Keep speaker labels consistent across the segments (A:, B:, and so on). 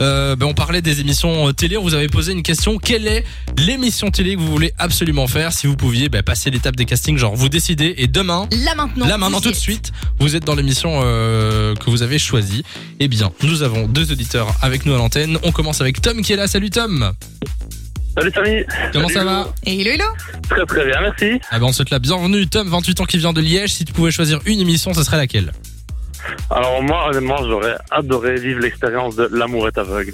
A: Euh, ben, on parlait des émissions euh, télé. On vous avait posé une question. Quelle est l'émission télé que vous voulez absolument faire Si vous pouviez ben, passer l'étape des castings, genre vous décidez et demain,
B: Là maintenant.
A: là maintenant
B: vous y
A: tout de
B: êtes.
A: suite, vous êtes dans l'émission euh, que vous avez choisie. Eh bien, nous avons deux auditeurs avec nous à l'antenne. On commence avec Tom qui est là. Salut Tom.
C: Salut Samy
A: Comment
C: Salut,
A: ça va
C: Lou.
B: Et hello, hello.
C: Très très bien, merci.
A: Ah ben on souhaite la bienvenue. Tom, 28 ans qui vient de Liège. Si tu pouvais choisir une émission, ce serait laquelle
C: Alors moi, honnêtement, j'aurais adoré vivre l'expérience de l'amour est aveugle.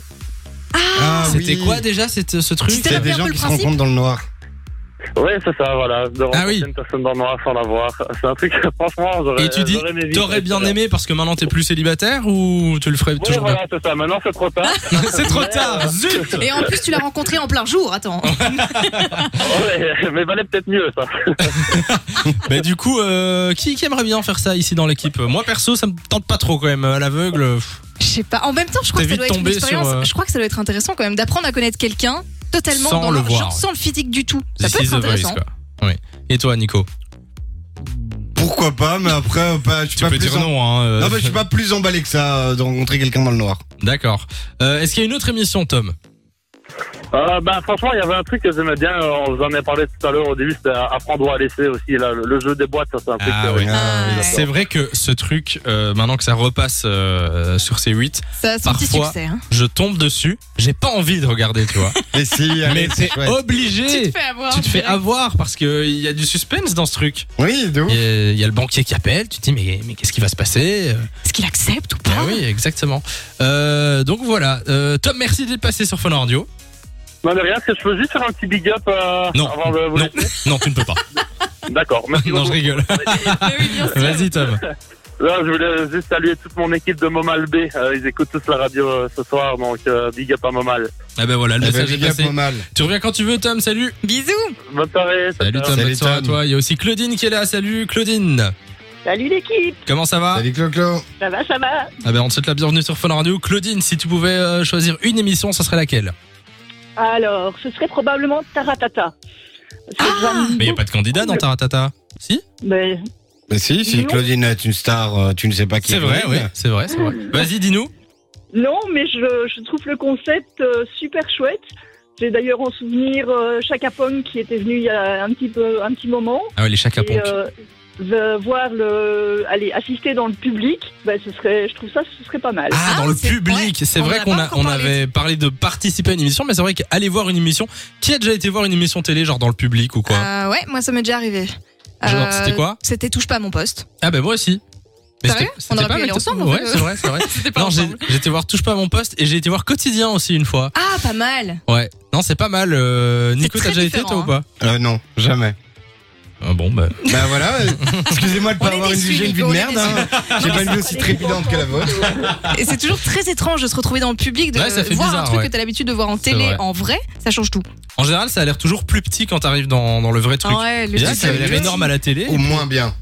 D: Ah,
A: C'était
D: oui.
A: quoi déjà cette- ce truc
B: C'était-
D: C'est
B: un peu
D: des gens
B: le
D: qui se
B: principe
D: rencontrent dans le noir.
C: Ouais, c'est ça, voilà. De rencontrer
A: Ah oui.
C: une personne dans le noir sans la voir. C'est un truc que, franchement, j'aurais
A: Et tu dis,
C: j'aurais aimé vivre.
A: t'aurais bien aimé parce que maintenant t'es plus célibataire ou tu le ferais
C: Ouais,
A: toujours
C: voilà, c'est ça. Maintenant, c'est trop tard.
A: bien C'est trop tard, zut
B: Et en plus, tu l'as rencontré en plein jour. Attends.
C: ouais, mais valait peut-être mieux, ça.
A: Bah du coup, euh, qui, qui aimerait bien faire ça ici dans l'équipe Moi perso, ça me tente pas trop quand même, à l'aveugle. pff.
B: Je sais pas. En même temps, je crois
A: T'es
B: que ça
A: vite
B: doit être une
A: tombé sur,
B: expérience.
A: euh,
B: Je crois que ça doit être intéressant quand même d'apprendre à connaître quelqu'un totalement
A: Sans
B: dans
A: le
B: leur
A: voir,
B: genre,
A: ouais.
B: sans le physique du tout. Ça
A: This
B: peut
A: is
B: être
A: the voice,
B: intéressant.
A: quoi. Oui. Et toi, Nico
D: Pourquoi pas, mais après, euh, pas- je suis
A: Tu
D: pas
A: peux
D: plus
A: dire
D: en-
A: non, hein. euh,
D: Non, mais je suis pas plus emballé que ça euh, de rencontrer quelqu'un dans le noir.
A: D'accord. Euh, Est-ce qu'il y a une autre émission, Tom
C: Euh, ben, franchement, il y avait un truc que j'aimais bien. euh, On vous en a parlé tout à l'heure au début. C'était apprendre à laisser aussi. Là, le- le jeu des boîtes, ça, c'est un truc.
A: Ah,
C: que-
A: ouais.
B: Ah, ouais.
A: C'est vrai que ce truc, euh, maintenant que ça repasse euh, sur C8,
B: Ça a son petit
A: Parfois,
B: succès. hein.
A: je tombe dessus, j'ai pas envie de regarder, tu vois.
D: Ah, Mais si,
A: Mais
D: allez,
A: t'es
D: c'est chouette.
B: Tu te
A: obligé
B: fais avoir.
A: tu te fais
B: direct.
A: avoir parce que il y a du suspense dans ce truc.
D: Oui, de ouf.
A: Il y a- il y a le banquier qui appelle, tu te dis mais, mais qu'est-ce qui va se passer
B: Est-ce qu'il accepte ou
A: Ah
B: pas
A: oui, exactement. Euh, donc voilà, Euh, Tom, merci d'être passé sur Fun Radio.
C: Non, mais rien, est-ce que je peux juste faire un petit big up euh,
A: Non,
C: avant de vous
A: non,
C: laisser
A: non, tu ne peux pas.
C: D'accord, merci
A: non, je
C: beaucoup.
A: rigole.
B: Mais Eh oui, bien sûr.
A: Vas-y Tom.
C: Là, je voulais juste saluer toute mon équipe de Momal B. Euh, ils écoutent tous la radio euh, ce soir, donc euh, big up à Momal.
A: Ah ben voilà, le
D: Eh ben,
A: message est
D: big up,
A: passé.
D: Momal.
A: Tu reviens quand tu veux Tom, salut.
B: Bisous.
C: Bonne soirée.
A: Salut Tom,
D: Salut,
A: bonne soirée à
D: Tom.
A: toi. Il y a aussi Claudine qui est là, salut Claudine.
E: Salut l'équipe,
A: Comment ça va
D: Salut Clo-Clo.
E: ça va, ça va
A: Ah ben on te souhaite la bienvenue sur Fun Radio. Claudine, si tu pouvais euh, choisir une émission, ça serait laquelle
E: Alors, ce serait probablement Taratata. Parce que j'aime
A: Ah Mais il y a pas de candidat dans Taratata. Si
E: beaucoup- mais
D: Mais si, si
E: Non.
D: Claudine est une star, euh, tu ne sais pas qui
A: C'est
D: elle
A: vrai,
D: est.
A: oui. C'est vrai, c'est vrai. Vas-y, dis-nous.
E: Non, mais je, je trouve le concept euh, super chouette. J'ai d'ailleurs en souvenir euh, Chaka Pong qui était venu il y a un petit, peu, un petit moment.
A: Ah ouais, les chaka
E: Et euh, de voir le. Aller assister dans le public, ben, ce serait, je trouve ça, ce serait pas mal.
A: Ah,
B: Ah,
A: dans le
B: c'est-
A: public,
B: ouais,
A: c'est
B: on
A: vrai
B: en a
A: qu'on
B: pas
A: a,
B: encore
A: on
B: parlé.
A: avait parlé de participer à une émission, mais c'est vrai qu'aller voir une émission, qui a déjà été voir une émission télé, genre dans le public ou quoi
B: Euh, ouais, moi ça m'est déjà arrivé. Euh,
A: Genre, c'était quoi
B: C'était touche pas à mon poste.
A: Ah bah moi aussi.
B: Sérieux
A: c'était-
B: On
A: c'était
B: aurait
A: pas
B: pu y aller
A: avec-
B: ensemble, en
A: Ouais,
B: fait.
A: c'est vrai, c'est vrai.
B: C'était
A: non, j'ai j'ai été voir Touche pas à mon poste et j'ai été voir Quotidien aussi une fois.
B: Ah, pas mal.
A: Ouais. Non, c'est pas mal. euh, Nico,
B: C'est
A: t'as
B: très
A: déjà été toi
B: différent, hein.
A: ou pas
D: Euh, non, jamais.
A: Ah Bon, bah.
D: Bah voilà, euh, excusez-moi de
B: On
D: pas
B: est
D: avoir une
B: déçus,
D: vie, j'ai une vie de
B: Nico, on est
D: merde. hein. J'ai
B: Non,
D: pas
B: mais
D: une
A: Ah,
B: ça-
D: vie aussi très évidente que la vôtre.
B: Et c'est toujours très étrange de se retrouver dans le public, de
A: Ouais, ça fait
B: voir
A: bizarre,
B: un truc
A: ouais.
B: que t'as l'habitude de voir en
A: C'est
B: télé
A: vrai.
B: en vrai. Ça change tout.
A: En général, ça a l'air toujours plus petit quand t'arrives dans, dans le vrai truc.
B: Ah ouais, le
A: Déjà,
B: petit
A: ça avait l'air
B: public.
A: énorme à la télé.
D: Ou moins bien.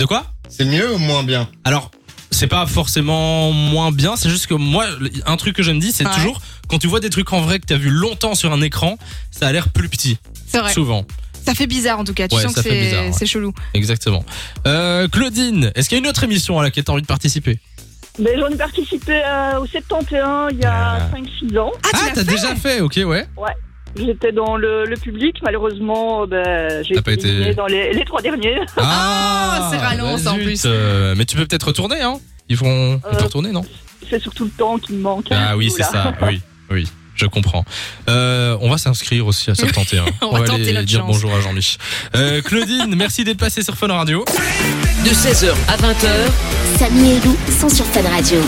A: De quoi
D: C'est mieux ou moins bien
A: Alors, c'est pas forcément moins bien, c'est juste que moi, un truc que je me dis, c'est
B: Ouais.
A: toujours quand tu vois des trucs en vrai que t'as vu longtemps sur un écran, ça a l'air plus petit,
B: C'est vrai.
A: souvent.
B: Ça fait bizarre en tout cas. Tu
A: Ouais,
B: sens
A: ça
B: que
A: fait bizarre, ouais.
B: c'est c'est chelou.
A: Exactement. Euh, Claudine, est-ce qu'il y a une autre émission à laquelle t'as envie de participer
E: Mais j'en ai participé euh, au 71 il y a
A: Ah.
E: 5-6 ans.
B: Ah, tu l'as fait
A: déjà fait, ok, ouais.
E: J'étais dans le, le public, malheureusement, ben, j'ai
A: T'as pas été-
E: éliminé dans les, les trois derniers.
B: Ah, c'est ralent,
A: ralent
B: ça, en plus.
A: bah, euh, mais tu peux peut-être retourner, hein Ils vont ils
E: Euh,
A: t'ont retourné, non
E: C'est surtout le temps qui me manque. hein,
A: Ah oui, c'est
E: voilà.
A: ça, oui, oui. Je comprends. Euh, on va s'inscrire aussi à cette tenter. hein.
B: On va tenter
A: aller
B: notre
A: dire
B: chance.
A: bonjour à Jean-Mich. Euh, Claudine, merci d'être passée sur Fun Radio.
F: De 16h à 20h,
G: Samy et Lou sont sur Fan Radio.